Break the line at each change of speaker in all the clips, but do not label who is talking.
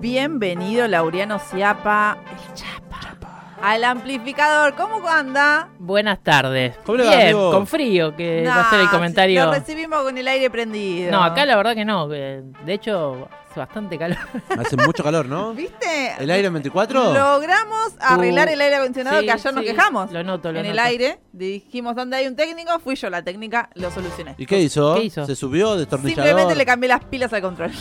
Bienvenido, Laureano Ciapa, el Chapa, al amplificador. ¿Cómo anda?
Buenas tardes.
¿Cómo le va,
Bien,
amigo?
con frío, que Eh, va a ser el
Nah,
comentario.
Lo recibimos con el aire prendido.
No, acá la verdad que no. que, De hecho, hace bastante calor.
Hace mucho calor, ¿no?
¿Viste?
¿El aire en 24?
Logramos arreglar
Uh,
el aire acondicionado
Sí,
que ayer nos
sí,
quejamos.
Lo noto, lo
en el
noto.
aire, dijimos dónde hay un técnico, fui yo la técnica, lo solucioné.
¿Y qué hizo?
¿Qué hizo?
¿Se subió? ¿Destornillador?
Simplemente le cambié las pilas al control.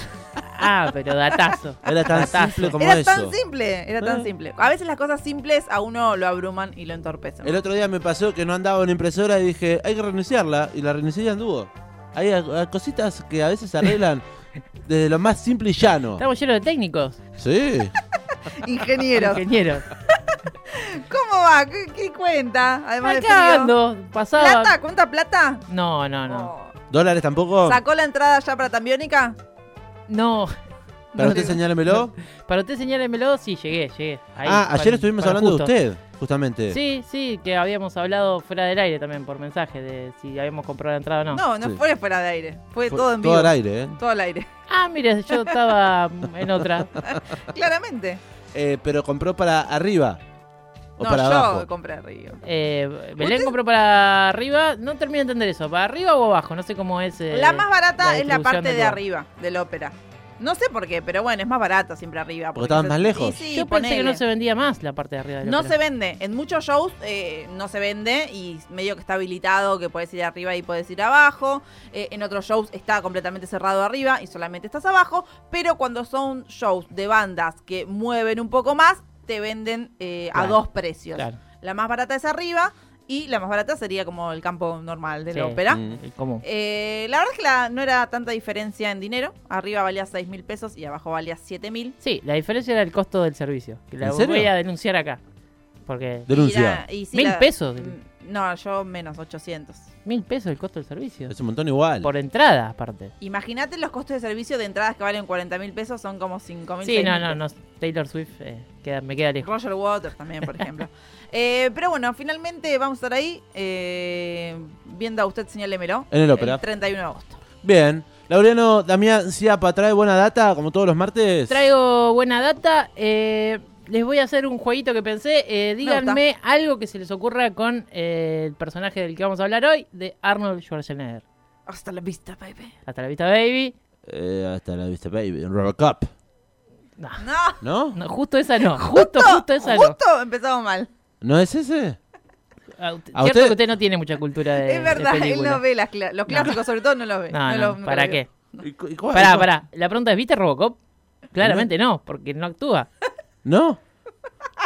Ah, pero datazo.
Era tan
Datazo.
simple como
Era
eso.
tan simple, era tan
Ah.
simple. A veces las cosas simples a uno lo abruman y lo entorpecen.
El otro día me pasó que no andaba una impresora y dije, hay que reiniciarla. Y la reinicié y anduvo. Hay a- a cositas que a veces se arreglan desde lo más simple y llano.
Estamos llenos de técnicos,
Sí.
Ingeniero,
ingenieros.
¿cómo va? ¿Qué, qué cuenta? Además de
Acá
frío.
ando, pasaba.
¿Plata? Oh. ¿Cuenta plata?
No, no, Ah, no.
¿Dólares tampoco?
Oh. ¿Sacó la entrada ya para Tambiónica?
No,
Pero
no
usted
digo.
señálemelo.
para usted señálemelo, sí, llegué, llegué. Ahí,
ah, ayer
para-
estuvimos
para
hablando
justo.
de usted, justamente.
Sí, sí, que habíamos hablado fuera del aire también por mensaje de si habíamos comprado la entrada o no.
No, no
Sí.
fue fuera de aire. Fue,
Fue
todo en vivo.
al aire, ¿eh?
Todo al aire.
Ah, mire, yo estaba mm, en otra.
Claramente.
Eh, Pero compró para arriba. O
no,
para
yo
abajo.
compré Río.
Eh, Belén
¿Usted-
compró para arriba, no termino de entender eso, para arriba o abajo, no sé cómo es. eh,
la más barata
la
es la
distribución
parte
del
de
lugar.
arriba, del ópera. No sé por qué, pero bueno, es más barata siempre arriba.
Porque estaban
se-
más lejos.
Y sí,
Yo pensé que
ponele.
no se vendía más la parte de arriba. de la
No
ópera.
se vende. En muchos shows eh, no se vende y medio que está habilitado que puedes ir arriba y puedes ir abajo. Eh, en otros shows está completamente cerrado arriba y solamente estás abajo. Pero cuando son shows de bandas que mueven un poco más, te venden eh, a
Claro,
dos precios.
Claro,
La más barata es arriba y la más barata sería como el campo normal de la
Sí.
ópera.
Mm.
el común.
Eh, la verdad es que la- no era tanta diferencia en dinero. Arriba valía 6 mil pesos y abajo valía 7 mil.
Sí, la diferencia era el costo del servicio. Que la
¿En serio?
voy a denunciar acá. Porque.
Denuncia.
¿Mil pesos?
mm. No, yo menos 800.
Mil pesos el costo del servicio.
Es un montón igual.
Por entrada, aparte.
Imagínate los costos de servicio de entradas que valen 40 mil pesos, son como 5 mil.
Sí, no, no, no. Taylor Swift eh, queda- me queda lejos.
Roger Waters también, por ejemplo. Eh, pero bueno, finalmente vamos a estar ahí. Eh, viendo a usted, señálemelo.
En el ópera.
El 31 de agosto.
Bien. Laureano Damián Ciapa trae buena data, como todos los martes.
Traigo buena data. eh, les voy a hacer un jueguito que pensé. eh, díganme algo que se les ocurra con eh, el personaje del que vamos a hablar hoy, de Arnold Schwarzenegger.
Hasta la vista, baby.
Hasta la vista, baby.
Eh, hasta la vista, baby. En Robocop,
No,
No,
¿no?
no, justo esa no. Justo, justo esa no.
justo empezamos mal.
¿No es ese?
Ah, usted-
¿A
Cierto
usted?
que usted no tiene mucha cultura de.
es verdad, él
de Eh, película.
no ve las cla- los clásicos, sobre todo no los ve.
No,
No
no,
los- no
¿para
los
qué?
ve.
¿Y cu- y cuál?
Pará, pará. La pregunta es: ¿viste Robocop? Claramente no, porque no actúa.
¿No?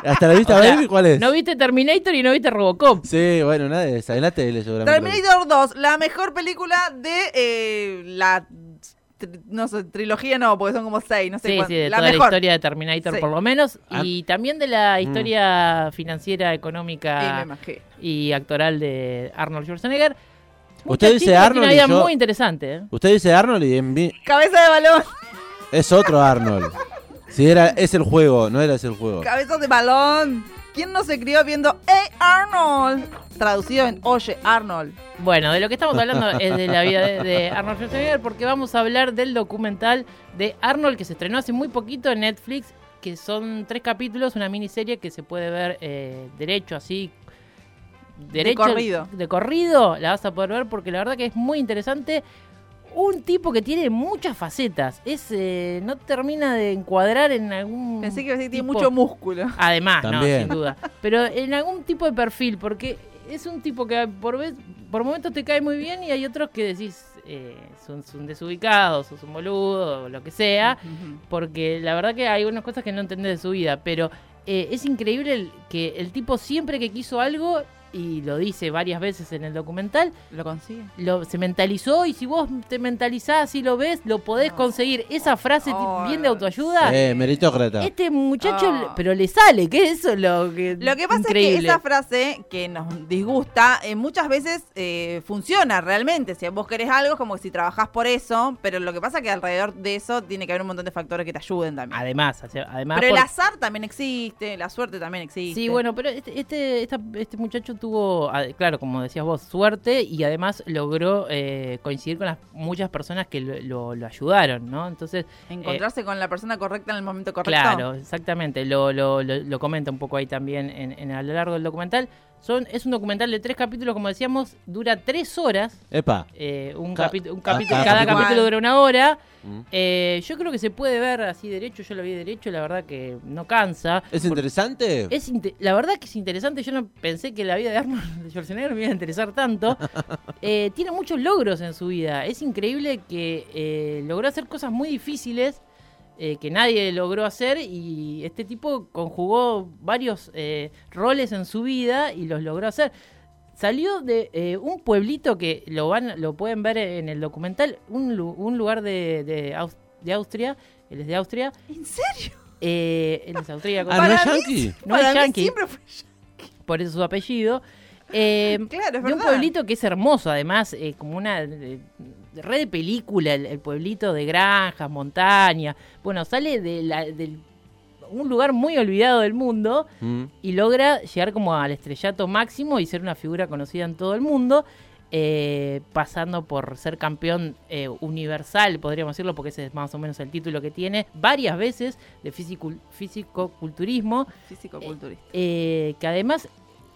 ¿Hasta la vista,
O sea,
baby? ¿Cuál es?
No viste Terminator y no viste Robocop.
Sí, bueno, nada, de esa, en la tele seguramente.
Terminator 2, la mejor película de eh, la. tri- No sé, trilogía no, porque son como seis, no sé
Sí,
cuán-
sí, de
la
toda la
mejor.
historia de Terminator,
Sí.
por lo menos.
Ah.
Y también de la historia financiera,
Sí, me
económica
imagino.
y actoral de Arnold Schwarzenegger.
Usted dice
Muchachito que
Arnold
Tiene una
y
vida
yo-
muy interesante, ¿eh?
Usted dice Arnold y en mí
Cabeza de balón,
es otro Arnold. Si era, es el juego, no era ese el juego.
cabeza de balón. ¿Quién no se crió viendo Hey Arnold? Traducido en Oye Arnold.
Bueno, de lo que estamos hablando es de la vida de, de Arnold Schwarzenegger porque vamos a hablar del documental de Arnold que se estrenó hace muy poquito en Netflix, que son tres capítulos, una miniserie que se puede ver eh, derecho así. Derecho,
corrido.
De corrido, la vas a poder ver porque la verdad que es muy interesante. Un tipo que tiene muchas facetas. Es, eh, no termina de encuadrar en algún.
Pensé que iba a decir que tiene
tipo.
mucho músculo.
Además, no,
También.
sin duda. Pero en algún tipo de perfil, porque es un tipo que por vez, por momentos te cae muy bien y hay otros que decís eh, son, son desubicados, sos un boludo, o lo que sea, porque la verdad que hay unas cosas que no entendés de su vida, pero eh, es increíble el- que el tipo siempre que quiso algo, y lo dice varias veces en el documental,
¿Lo consigue?
lo, se mentalizó y si vos te mentalizás y lo ves, lo podés
No.
conseguir. Esa frase ti-
Oh,
bien de autoayuda.
Eh, meritócrata.
Este muchacho,
Ah.
le- pero le sale, que eso lo que
Lo que pasa es que
increíble.
esa frase que nos disgusta eh, muchas veces eh, funciona realmente. Si vos querés algo, es como que si trabajás por eso, pero lo que pasa es que alrededor de eso tiene que haber un montón de factores que te ayuden también.
Además, o sea, además
Pero el
por-
azar también existe, la suerte también existe.
Sí, bueno, pero este, este, esta- este muchacho tuvo, a- claro, como decías vos, suerte y además logró eh, coincidir con las muchas personas que lo, lo- lo ayudaron, ¿no? Entonces,
Encontrarse con la persona correcta en el momento correcto.
eh, claro, exactamente, lo, lo, lo- lo comenta un poco ahí también en, en- a lo largo del documental. Son, es un documental de tres capítulos, como decíamos, dura tres horas.
Epa.
eh, un
Ca-
capítulo, un
ca-
capítulo,
cada
cada
capítulo.
capítulo dura una hora.
Mm.
Eh, yo creo que se puede ver así derecho, yo lo vi derecho, la verdad que no cansa.
¿Es interesante?
Es inte- la verdad que es interesante, yo no pensé que la vida de Arnold Schwarzenegger me iba a interesar tanto. Eh, tiene muchos logros en su vida, es increíble que eh, logró hacer cosas muy difíciles eh, que nadie logró hacer y este tipo conjugó varios eh, roles en su vida y los logró hacer. Salió de eh, un pueblito que lo van, lo pueden ver en el documental, un, lu- un lugar de, de, Aus- de Austria, él es de Austria,
¿En serio?
eh, él es austríaco.
Ah, ¿no es
para mí-
yankee?
No
Para
es
mí
yankee.
siempre fue yankee.
por eso su apellido. Eh,
Claro, es
de un
verdad.
pueblito que es hermoso, además, eh, como una eh, red de película, el, el pueblito de granjas, montaña. Bueno, sale de, la- del- un lugar muy olvidado del mundo
Mm.
y logra llegar como al estrellato máximo y ser una figura conocida en todo el mundo, eh, pasando por ser campeón eh, universal, podríamos decirlo, porque ese es más o menos el título que tiene, varias veces de físico- físico-culturismo
Físico-culturista.
eh, que además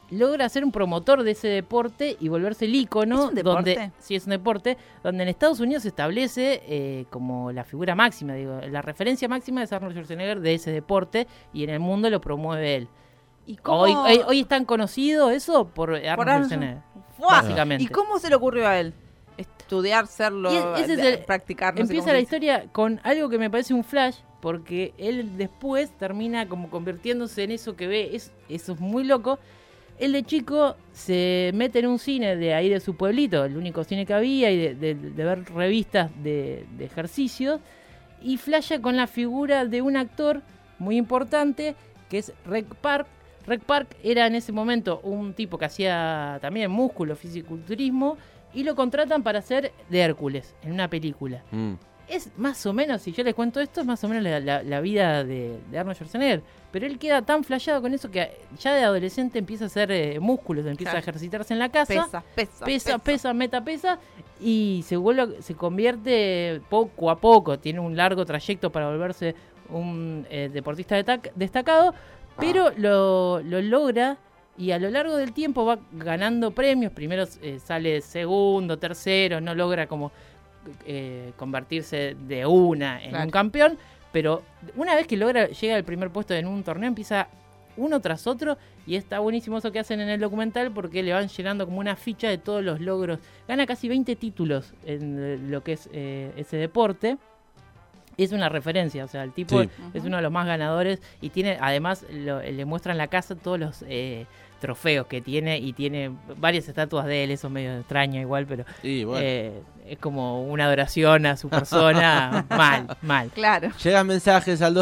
logra ser un promotor de ese deporte y volverse el ícono.
¿Es un deporte?
Donde, sí, es un deporte, donde en Estados Unidos se establece eh, como la figura máxima, digo, la referencia máxima es Arnold Schwarzenegger de ese deporte y en el mundo lo promueve él.
¿Y cómo...
Hoy, hoy, hoy es tan conocido eso por Arnold
Por Arnold
Schwarzenegger.
¡Fua!
básicamente.
¿Y cómo se le ocurrió a él? Estudiar, serlo,
Y ese es
de-
el-
practicar, no sé
Empieza
cómo
la
se dice.
historia con algo que me parece un flash, porque él después termina como convirtiéndose en eso que ve, es, eso es muy loco. Él de chico se mete en un cine de ahí de su pueblito, el único cine que había, y de, de- de ver revistas de, de ejercicios, y flasha con la figura de un actor muy importante, que es Rec Park. Rec Park era en ese momento un tipo que hacía también músculo, fisiculturismo, y lo contratan para hacer de Hércules en una película.
Mm.
Es más o menos, si yo les cuento esto, es más o menos la, la- la vida de, de Arnold Schwarzenegger. Pero él queda tan flasheado con eso que ya de adolescente empieza a hacer eh, músculos, empieza
Claro.
a ejercitarse en la casa.
Pesa, pesa,
Pesa, pesa, meta, pesa y se vuelve, se convierte poco a poco, tiene un largo trayecto para volverse un eh, deportista detac- destacado,
Ah.
pero lo, lo logra y a lo largo del tiempo va ganando premios, primero eh, sale segundo, tercero, no logra como eh, convertirse de una en
Claro.
un campeón, pero una vez que logra llega al primer puesto en un torneo empieza uno tras otro y está buenísimo eso que hacen en el documental porque le van llenando como una ficha de todos los logros. Gana casi 20 títulos en eh, lo que es eh, ese deporte. Es una referencia, o sea, el tipo
Sí.
es uno de los más ganadores y tiene, además, lo- le muestran la casa todos los eh, trofeos que tiene y tiene varias estatuas de él, eso es medio extraño igual, pero
Y bueno.
eh, es como una adoración a su persona, mal, mal.
Claro.
Llegan mensajes al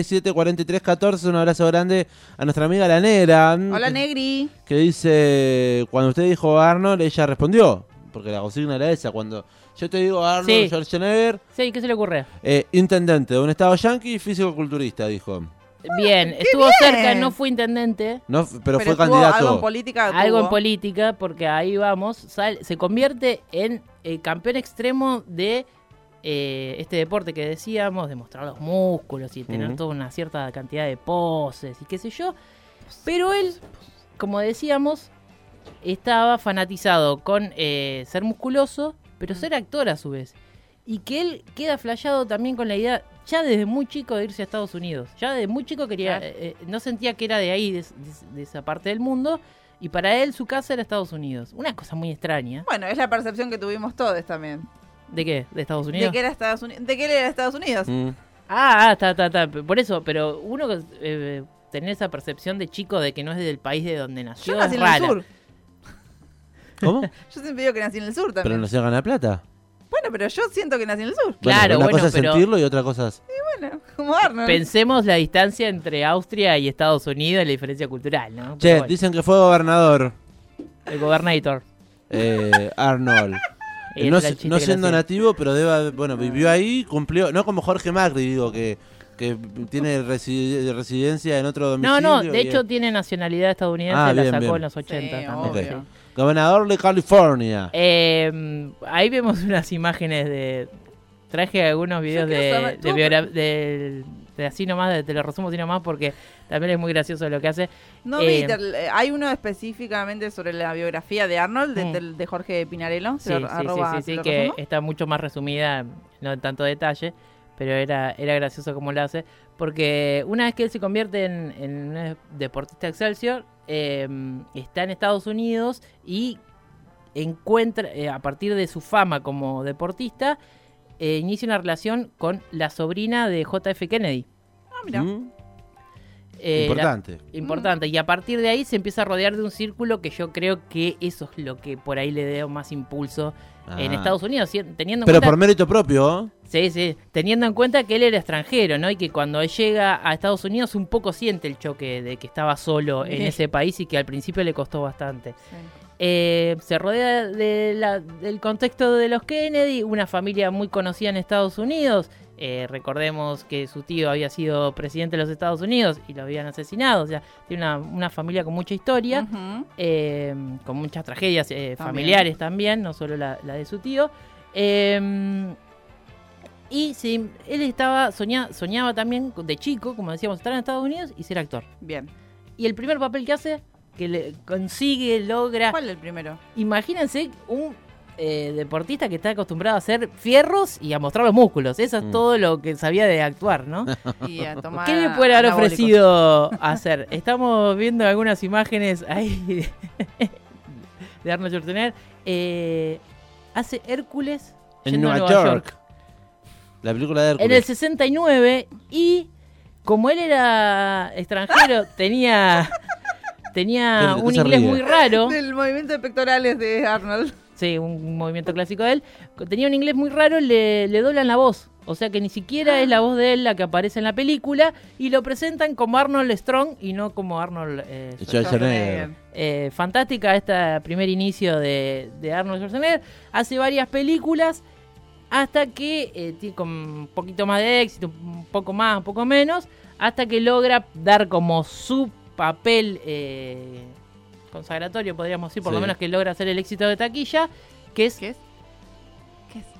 221-477-4314. Un abrazo grande a nuestra amiga la negra. mm,
Hola,
que-
Negri.
Que dice, cuando usted dijo Arnold, ella respondió. Porque la consigna era esa. Cuando yo te digo Arnold
Sí.
Schwarzenegger,
Sí, ¿qué se le ocurre?
eh, intendente de un estado yanqui y físico-culturista, dijo.
Bien, estuvo
bien!
cerca, no fue intendente.
No, f- pero, fue
tuvo Algo en
candidato.
política.
Algo en
tuvo.
política, porque ahí vamos, sal- se convierte en eh, campeón extremo de eh, este deporte que decíamos, de mostrar los músculos y tener
Ujú.
toda una cierta cantidad de poses y qué sé yo. Pero él, como decíamos, estaba fanatizado con eh, ser musculoso, pero ser actor a su vez. Y que él queda flayado también con la idea, ya desde muy chico, de irse a Estados Unidos. Ya desde muy chico quería,
Claro.
eh, eh, no sentía que era de ahí, de, es- de es- de esa parte del mundo. Y para él su casa era Estados Unidos. Una cosa muy extraña.
Bueno, es la percepción que tuvimos todos también.
¿De qué? ¿De Estados Unidos?
De que, era Estados Unidos, de que él era Estados Unidos.
Mm.
Ah, ah, está, está, está. Por eso, pero uno eh, tener esa percepción de chico de que no es del país de donde nació
Yo
es
nací en
rara.
el sur.
¿Cómo?
Yo siempre digo que nací en el sur
pero
también.
no se gana plata.
Bueno, pero yo siento que nací en el sur.
Claro,
una
bueno,
cosa es
pero-
sentirlo y otra cosa es...
Bueno, como Arnold.
Pensemos la distancia entre Austria y Estados Unidos y la diferencia cultural, ¿no?
Che,
Pero bueno,
dicen que fue gobernador
el gobernator.
eh, Arnold.
Ese era Eh,
no
el
se-
chiste
no
que
siendo
le hacía.
nativo, pero deba, bueno, vivió ahí, cumplió, no como Jorge Macri, digo, que, que que tiene resi- residencia en otro
No,
domicilio.
no, de
y-
hecho tiene nacionalidad estadounidense,
Ah,
la
bien,
sacó
bien.
en los 80
Sí,
también.
obvio.
sí.
Gobernador de California.
Eh, ahí vemos unas imágenes de... Traje algunos videos
quiero
de,
saber,
de,
¿tú-
biogra- del- de así nomás, de- te lo resumo así nomás porque también es muy gracioso lo que hace.
No,
Eh,
Peter, eh, hay uno específicamente sobre la biografía de Arnold, de,
Mm.
del- de Jorge Pinarello.
Sí, sí, sí, sí, sí, que está mucho más resumida, no en tanto detalle, pero era, era gracioso como lo hace, porque una vez que él se convierte en, en un deportista Excelsior, eh, está en Estados Unidos y encuentra, eh, a partir de su fama como deportista, eh, inicia una relación con la sobrina de JF Kennedy.
Ah, mira.
Mm,
Eh, la-
Importante.
importante. Y a partir de ahí se empieza a rodear de un círculo que yo creo que eso es lo que por ahí le dio más impulso en
Ah.
Estados Unidos, si- teniendo en
Pero
cuenta
por mérito propio. ¿eh?
Sí, sí, teniendo en cuenta que él era extranjero, ¿no? Y que cuando él llega a Estados Unidos un poco siente el choque de que estaba solo en
Sí.
ese país y que al principio le costó bastante. Eh, se rodea de la- del contexto de los Kennedy, una familia muy conocida en Estados Unidos. Eh, recordemos que su tío había sido presidente de los Estados Unidos y lo habían asesinado. O sea, tiene una, una familia con mucha historia
Ujú.
eh, con muchas tragedias eh, familiares también, no solo la, la de su tío. Eh, y sí, él estaba soña- soñaba también con- de chico, como decíamos, estar en Estados Unidos y ser actor.
Bien.
Y el primer papel que hace, que le consigue, logra.
¿Cuál es el primero?
Imagínense un eh, deportista que está acostumbrado a hacer fierros y a mostrar los músculos. Eso es
Mm.
todo lo que sabía de actuar, ¿no?
Y a tomar
¿Qué le puede haber
anabólicos.
ofrecido hacer? Estamos viendo algunas imágenes ahí de- de Arnold Schwarzenegger. Eh, hace Hércules
En
yendo a
Nueva, York. La película de Hércules.
En el 69 y como él era extranjero, tenía, tenía
¿Qué- qué
un
se
inglés
ríe?
muy raro.
Del movimiento de pectorales de Arnold.
Sí, un movimiento clásico de él. Tenía un inglés muy raro, le, le doblan la voz. O sea que ni siquiera es la voz de él la que aparece en la película y lo presentan como Arnold Strong y no como Arnold eh, Schwarzenegger.
Schwarzenegger.
Eh, fantástica este primer inicio de, de Arnold Schwarzenegger. Hace varias películas hasta que, eh, ti- con un poquito más de éxito, un poco más, un poco menos, hasta que logra dar como su papel eh, consagratorio, podríamos decir, por lo
Sí.
menos que logra hacer el éxito de taquilla, que es...
¿Qué es?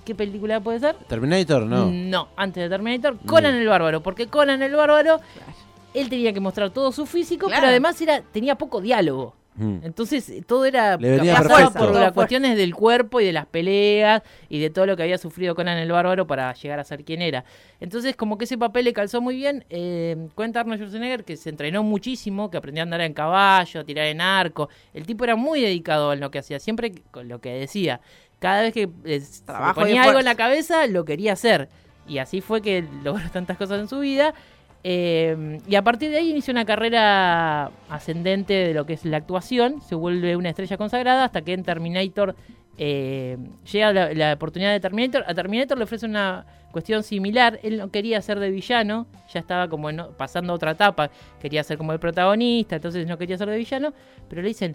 ¿Qué película puede ser?
Terminator, no.
Mm. antes de Terminator, Conan el Bárbaro, porque Conan el Bárbaro,
Claro.
él tenía que mostrar todo su físico,
Claro.
pero además era, tenía poco diálogo.
Mm.
Entonces eh, todo era
Le venía
pasaba
perfecto. Todo
por las
fuerza.
cuestiones del cuerpo y de las peleas y de todo lo que había sufrido Conan el Bárbaro para llegar a ser quien era. Entonces como que ese papel le calzó muy bien. Eh, cuenta Arnold Schwarzenegger que se entrenó muchísimo, que aprendió a andar en caballo, a tirar en arco. El tipo era muy dedicado en lo que hacía, siempre con lo que decía. Cada vez que eh, se
Trabajo y
ponía algo en
esfuerzo.
la cabeza, lo quería hacer. Y así fue que logró tantas cosas en su vida. Eh, y a partir de ahí inicia una carrera ascendente de lo que es la actuación, se vuelve una estrella consagrada hasta que en Terminator eh, llega la, la oportunidad de Terminator. A Terminator le ofrece una cuestión similar, él no quería ser de villano, ya estaba como en o- pasando otra etapa, quería ser como el protagonista, entonces no quería ser de villano, pero le dicen...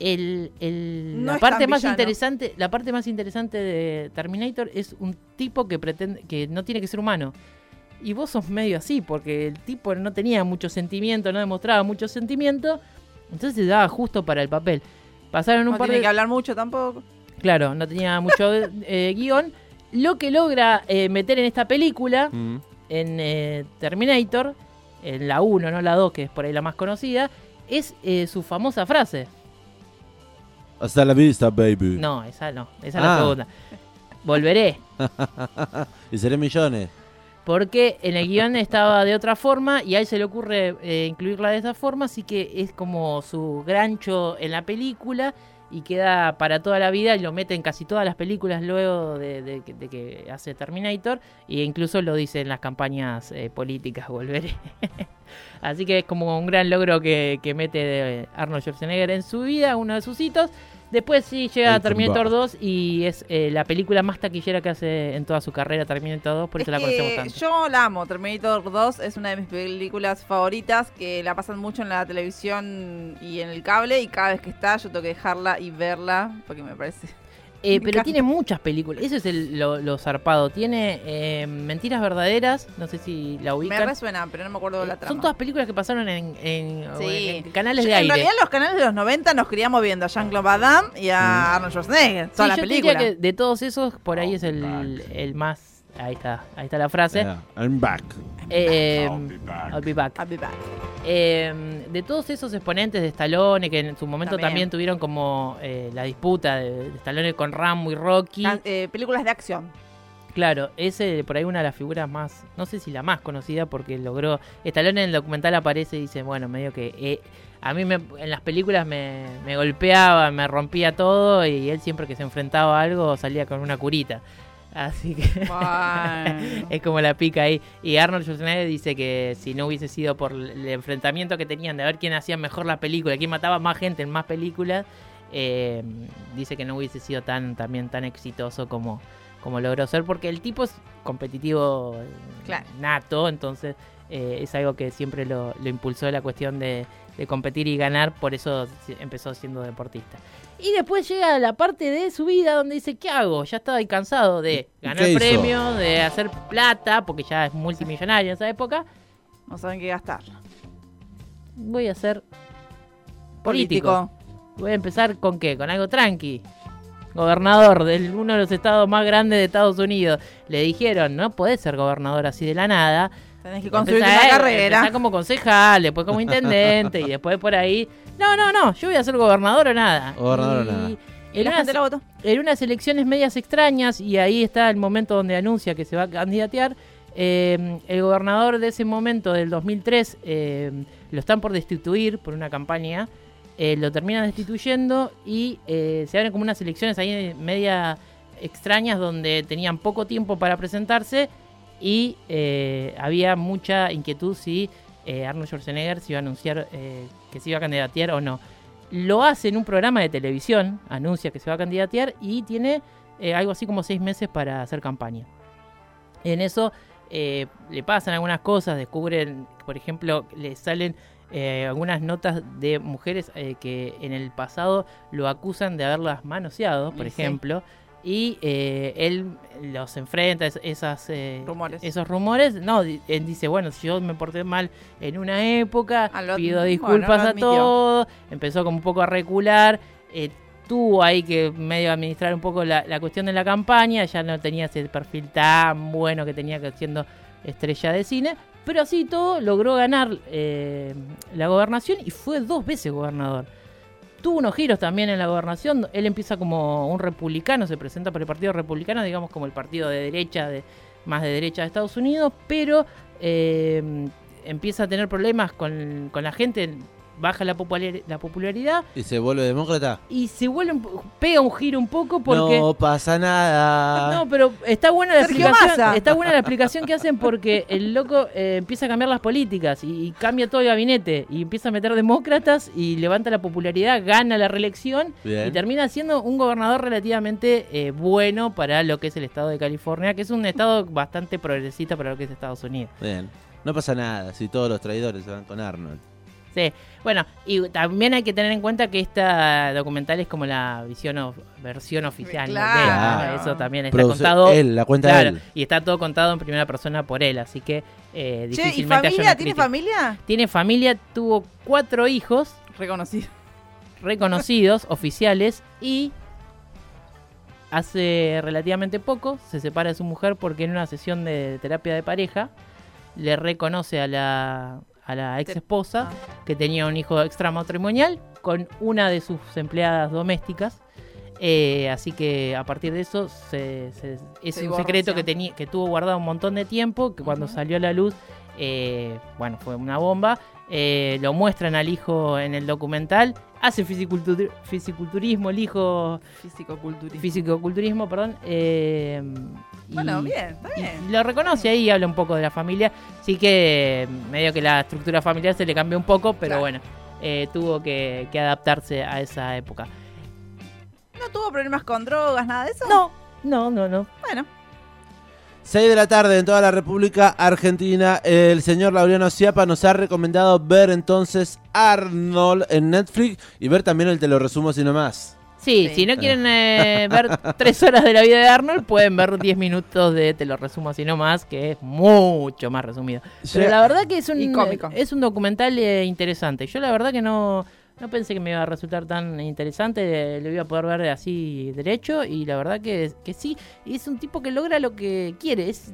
El, el-
No
la
es
parte
tan
más
villano.
interesante la parte más interesante de Terminator es un tipo que pretende que no tiene que ser humano y vos sos medio así, porque el tipo no tenía mucho sentimiento, no demostraba mucho sentimiento, entonces se daba justo para el papel. Pasaron un
No
par
tiene
de...
que hablar mucho tampoco.
Claro, no tenía mucho eh, guión. Lo que logra eh, meter en esta película,
Mm.
en eh, Terminator, en la 1, no la 2, que es por ahí la más conocida, es eh, su famosa frase.
Hasta la vista, baby.
No, esa no, esa es
Ah.
la segunda. Volveré.
Y seré millones.
Porque en el guión estaba de otra forma y a él se le ocurre eh, incluirla de esa forma, así que es como su grancho en la película y queda para toda la vida y lo mete en casi todas las películas luego de, de que- de que hace Terminator e incluso lo dice en las campañas eh, políticas, volveré. así que es como un gran logro que, que mete de Arnold Schwarzenegger en su vida, uno de sus hitos. Después sí llega
El
Terminator
tumba.
2 y es eh, la película más taquillera que hace en toda su carrera Terminator 2, por
Es
eso la conocemos
que
tanto.
yo la amo. Terminator 2 es una de mis películas favoritas que la pasan mucho en la televisión y en el cable y cada vez que está yo tengo que dejarla y verla porque me parece Me
Eh, pero
encanta.
tiene muchas películas. Eso es el- lo, lo zarpado. Tiene eh, Mentiras Verdaderas. No sé si la
Me
ubican.
resuena, pero no me acuerdo de la
Eh,
trama.
Son todas películas que pasaron en, en-
Sí.
en canales
Yo-
de
en
aire.
realidad los canales de los 90 nos criamos viendo a Jean-Claude Van Damme y a Arnold Schwarzenegger.
Sí,
Todas las
yo te diría
películas.
que de todos esos, por ahí es el,
back.
el más. Ahí está, ahí está la frase.
Yeah, Ah, I'm back.
Eh,
I'll be back.
I'll be back.
I'll be back.
Eh, de todos esos exponentes de Stallone, que en su momento también,
También.
tuvieron como eh, la disputa de, de Stallone con Rambo y Rocky.
Can- eh, películas de acción.
Claro, ese por ahí una de las figuras más, no sé si la más conocida porque logró, Stallone en el documental aparece y dice, bueno, medio que eh, a mí me- en las películas me, me golpeaba, me rompía todo y él siempre que se enfrentaba a algo salía con una curita. Así que
Bueno.
es como la pica ahí. Y Arnold Schwarzenegger dice que si no hubiese sido por el enfrentamiento que tenían de ver quién hacía mejor la película, quién mataba más gente en más películas, eh, dice que no hubiese sido tan también tan exitoso como, como logró ser, porque el tipo es competitivo eh,
Claro.
nato, entonces eh, es algo que siempre lo, lo impulsó la cuestión de, de competir y ganar, por eso si- empezó siendo deportista. Y después llega la parte de su vida donde dice, ¿qué hago? Ya estaba cansado de
¿Y
ganar
qué hizo?
premios, de hacer plata, porque ya es multimillonario en esa época.
No saben qué gastar.
Voy a ser político. Voy a empezar con qué? Con algo tranqui. Gobernador de uno de los estados más grandes de Estados Unidos. Le dijeron, no podés ser gobernador así de la nada.
Tenés que construir una
Empezá, eh,
carrera.
empezá como concejal, después como intendente y después por ahí. No, no, no, yo voy a ser gobernador o nada.
Gobernador o
Y
nada.
Y
En
la
unas,
gente la votó.
en unas elecciones medias extrañas, y ahí está el momento donde anuncia que se va a candidatear, eh, el gobernador de ese momento, del 2003, eh, lo están por destituir por una campaña, eh, lo terminan destituyendo y eh, se abren como unas elecciones ahí media extrañas donde tenían poco tiempo para presentarse y eh, había mucha inquietud si eh, Arnold Schwarzenegger se iba a anunciar eh, que se iba a candidatear o no. Lo hace en un programa de televisión, anuncia que se va a candidatear y tiene eh, algo así como seis meses para hacer campaña. En eso eh, le pasan algunas cosas, descubren, por ejemplo, le salen eh, algunas notas de mujeres eh, que en el pasado lo acusan de haberlas manoseado, por
Y sí.
ejemplo, y eh, él los enfrenta, es- esas, eh,
Rumores.
esos rumores. No, di- él dice, bueno, si yo me porté mal en una época,
Ah, lo-
pido
bueno,
disculpas
lo
a
admitió.
todos, empezó como un poco a recular, eh, tuvo ahí que medio administrar un poco la, la cuestión de la campaña, ya no tenía ese perfil tan bueno que tenía que siendo estrella de cine, pero así y todo logró ganar eh, la gobernación y fue dos veces gobernador. Tuvo unos giros también en la gobernación. Él empieza como un republicano, se presenta por el Partido Republicano, digamos como el partido de derecha, de, más de derecha de Estados Unidos, pero eh, empieza a tener problemas con, con la gente, baja la, populari- la popularidad
¿Y se vuelve demócrata?
y se vuelve, un po- pega un giro un poco porque...
No pasa nada.
No, pero está buena la
Sergio
explicación.
Massa.
Está buena la explicación que hacen porque el loco eh, empieza a cambiar las políticas y, y cambia todo el gabinete y empieza a meter demócratas y levanta la popularidad, gana la reelección
Bien.
y termina siendo un gobernador relativamente eh, bueno para lo que es el estado de California, que es un estado bastante progresista para lo que es Estados Unidos.
Bien. No pasa nada si todos los traidores se van con Arnold.
Sí, bueno, y también hay que tener en cuenta que esta documental es como la visión of- versión oficial. ¿no?
Claro.
De él, ¿no? Eso también está
Produce
contado.
él, la cuenta
Claro,
de él.
y está todo contado en primera persona por él, así que eh,
Che, ¿y
difícilmente haya
familia? ¿Tiene
una crítica.
familia?
Tiene familia, tuvo cuatro hijos
Reconocido.
reconocidos, oficiales, y hace relativamente poco se separa de su mujer porque en una sesión de terapia de pareja le reconoce a la, a la ex esposa
Ah.
que tenía un hijo extramatrimonial con una de sus empleadas domésticas. Eh, así que a partir de eso se- se- es
Se
un secreto
divorcia.
que, tenía, que tuvo guardado un montón de tiempo, que cuando
Ujú.
salió a la luz, eh, bueno, fue una bomba. Eh, lo muestran al hijo en el documental. Hace fisicultur- fisiculturismo el hijo,
Físico, culturista.
fisicoculturismo, perdón. eh, y-
Bueno, bien, está bien.
y lo reconoce ahí y habla un poco de la familia. Así que eh, medio que la estructura familiar se le cambió un poco, pero
Claro.
bueno, eh, tuvo que, que adaptarse a esa época.
¿No tuvo problemas con drogas, nada de eso?
No, no, no, no.
Bueno,
6 de la tarde en toda la República Argentina. El señor Laureano Ciapa nos ha recomendado ver entonces Arnold en Netflix y ver también el Te lo resumo si no más.
Sí,
Sí.
si no quieren eh, ver tres horas de la vida de Arnold, pueden ver 10 minutos de Te lo resumo así nomás, que es mucho más resumido. Pero
Llega-
la verdad que es
Y
un,
cómico.
es un documental eh, interesante. Yo la verdad que no, no pensé que me iba a resultar tan interesante, eh, lo iba a poder ver así derecho y la verdad que, que sí, Y es un tipo que logra lo que quiere, es,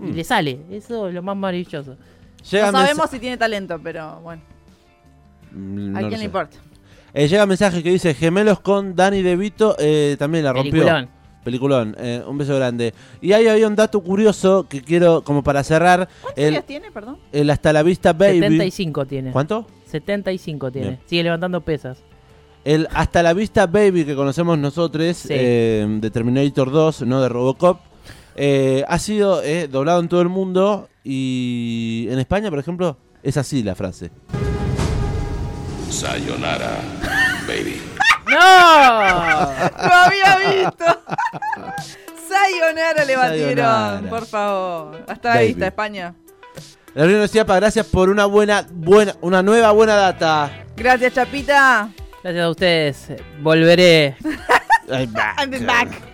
y
Mm.
le sale, eso es lo más maravilloso.
llega
no sabemos
mensa-
si tiene talento, pero bueno,
Mm,
¿a
no lo
quién le
sé.
importa?
Eh, llega un mensaje que dice gemelos con Dani DeVito, eh, también la rompió.
Peliculón.
Peliculón, eh, un beso grande. Y ahí había un dato curioso que quiero, como para cerrar,
¿Cuántos
el,
días tiene, perdón?
el Hasta la Vista Baby.
75 tiene.
¿Cuánto?
75 tiene.
Bien.
Sigue levantando pesas.
El Hasta la Vista Baby que conocemos nosotros,
Sí.
eh, de Terminator 2, no de Robocop, eh, ha sido eh, doblado en todo el mundo y en España, por ejemplo, es así la frase.
Sayonara, baby.
¡No!
¡Lo había visto! Sayonara le batieron,
Sayonara.
por favor. Hasta la
Baby.
vista, España.
La Unión Ciapa, gracias por una buena, buena, una nueva buena data.
Gracias, Chapita.
Gracias a ustedes. Volveré.
Ay, va.
I'm back.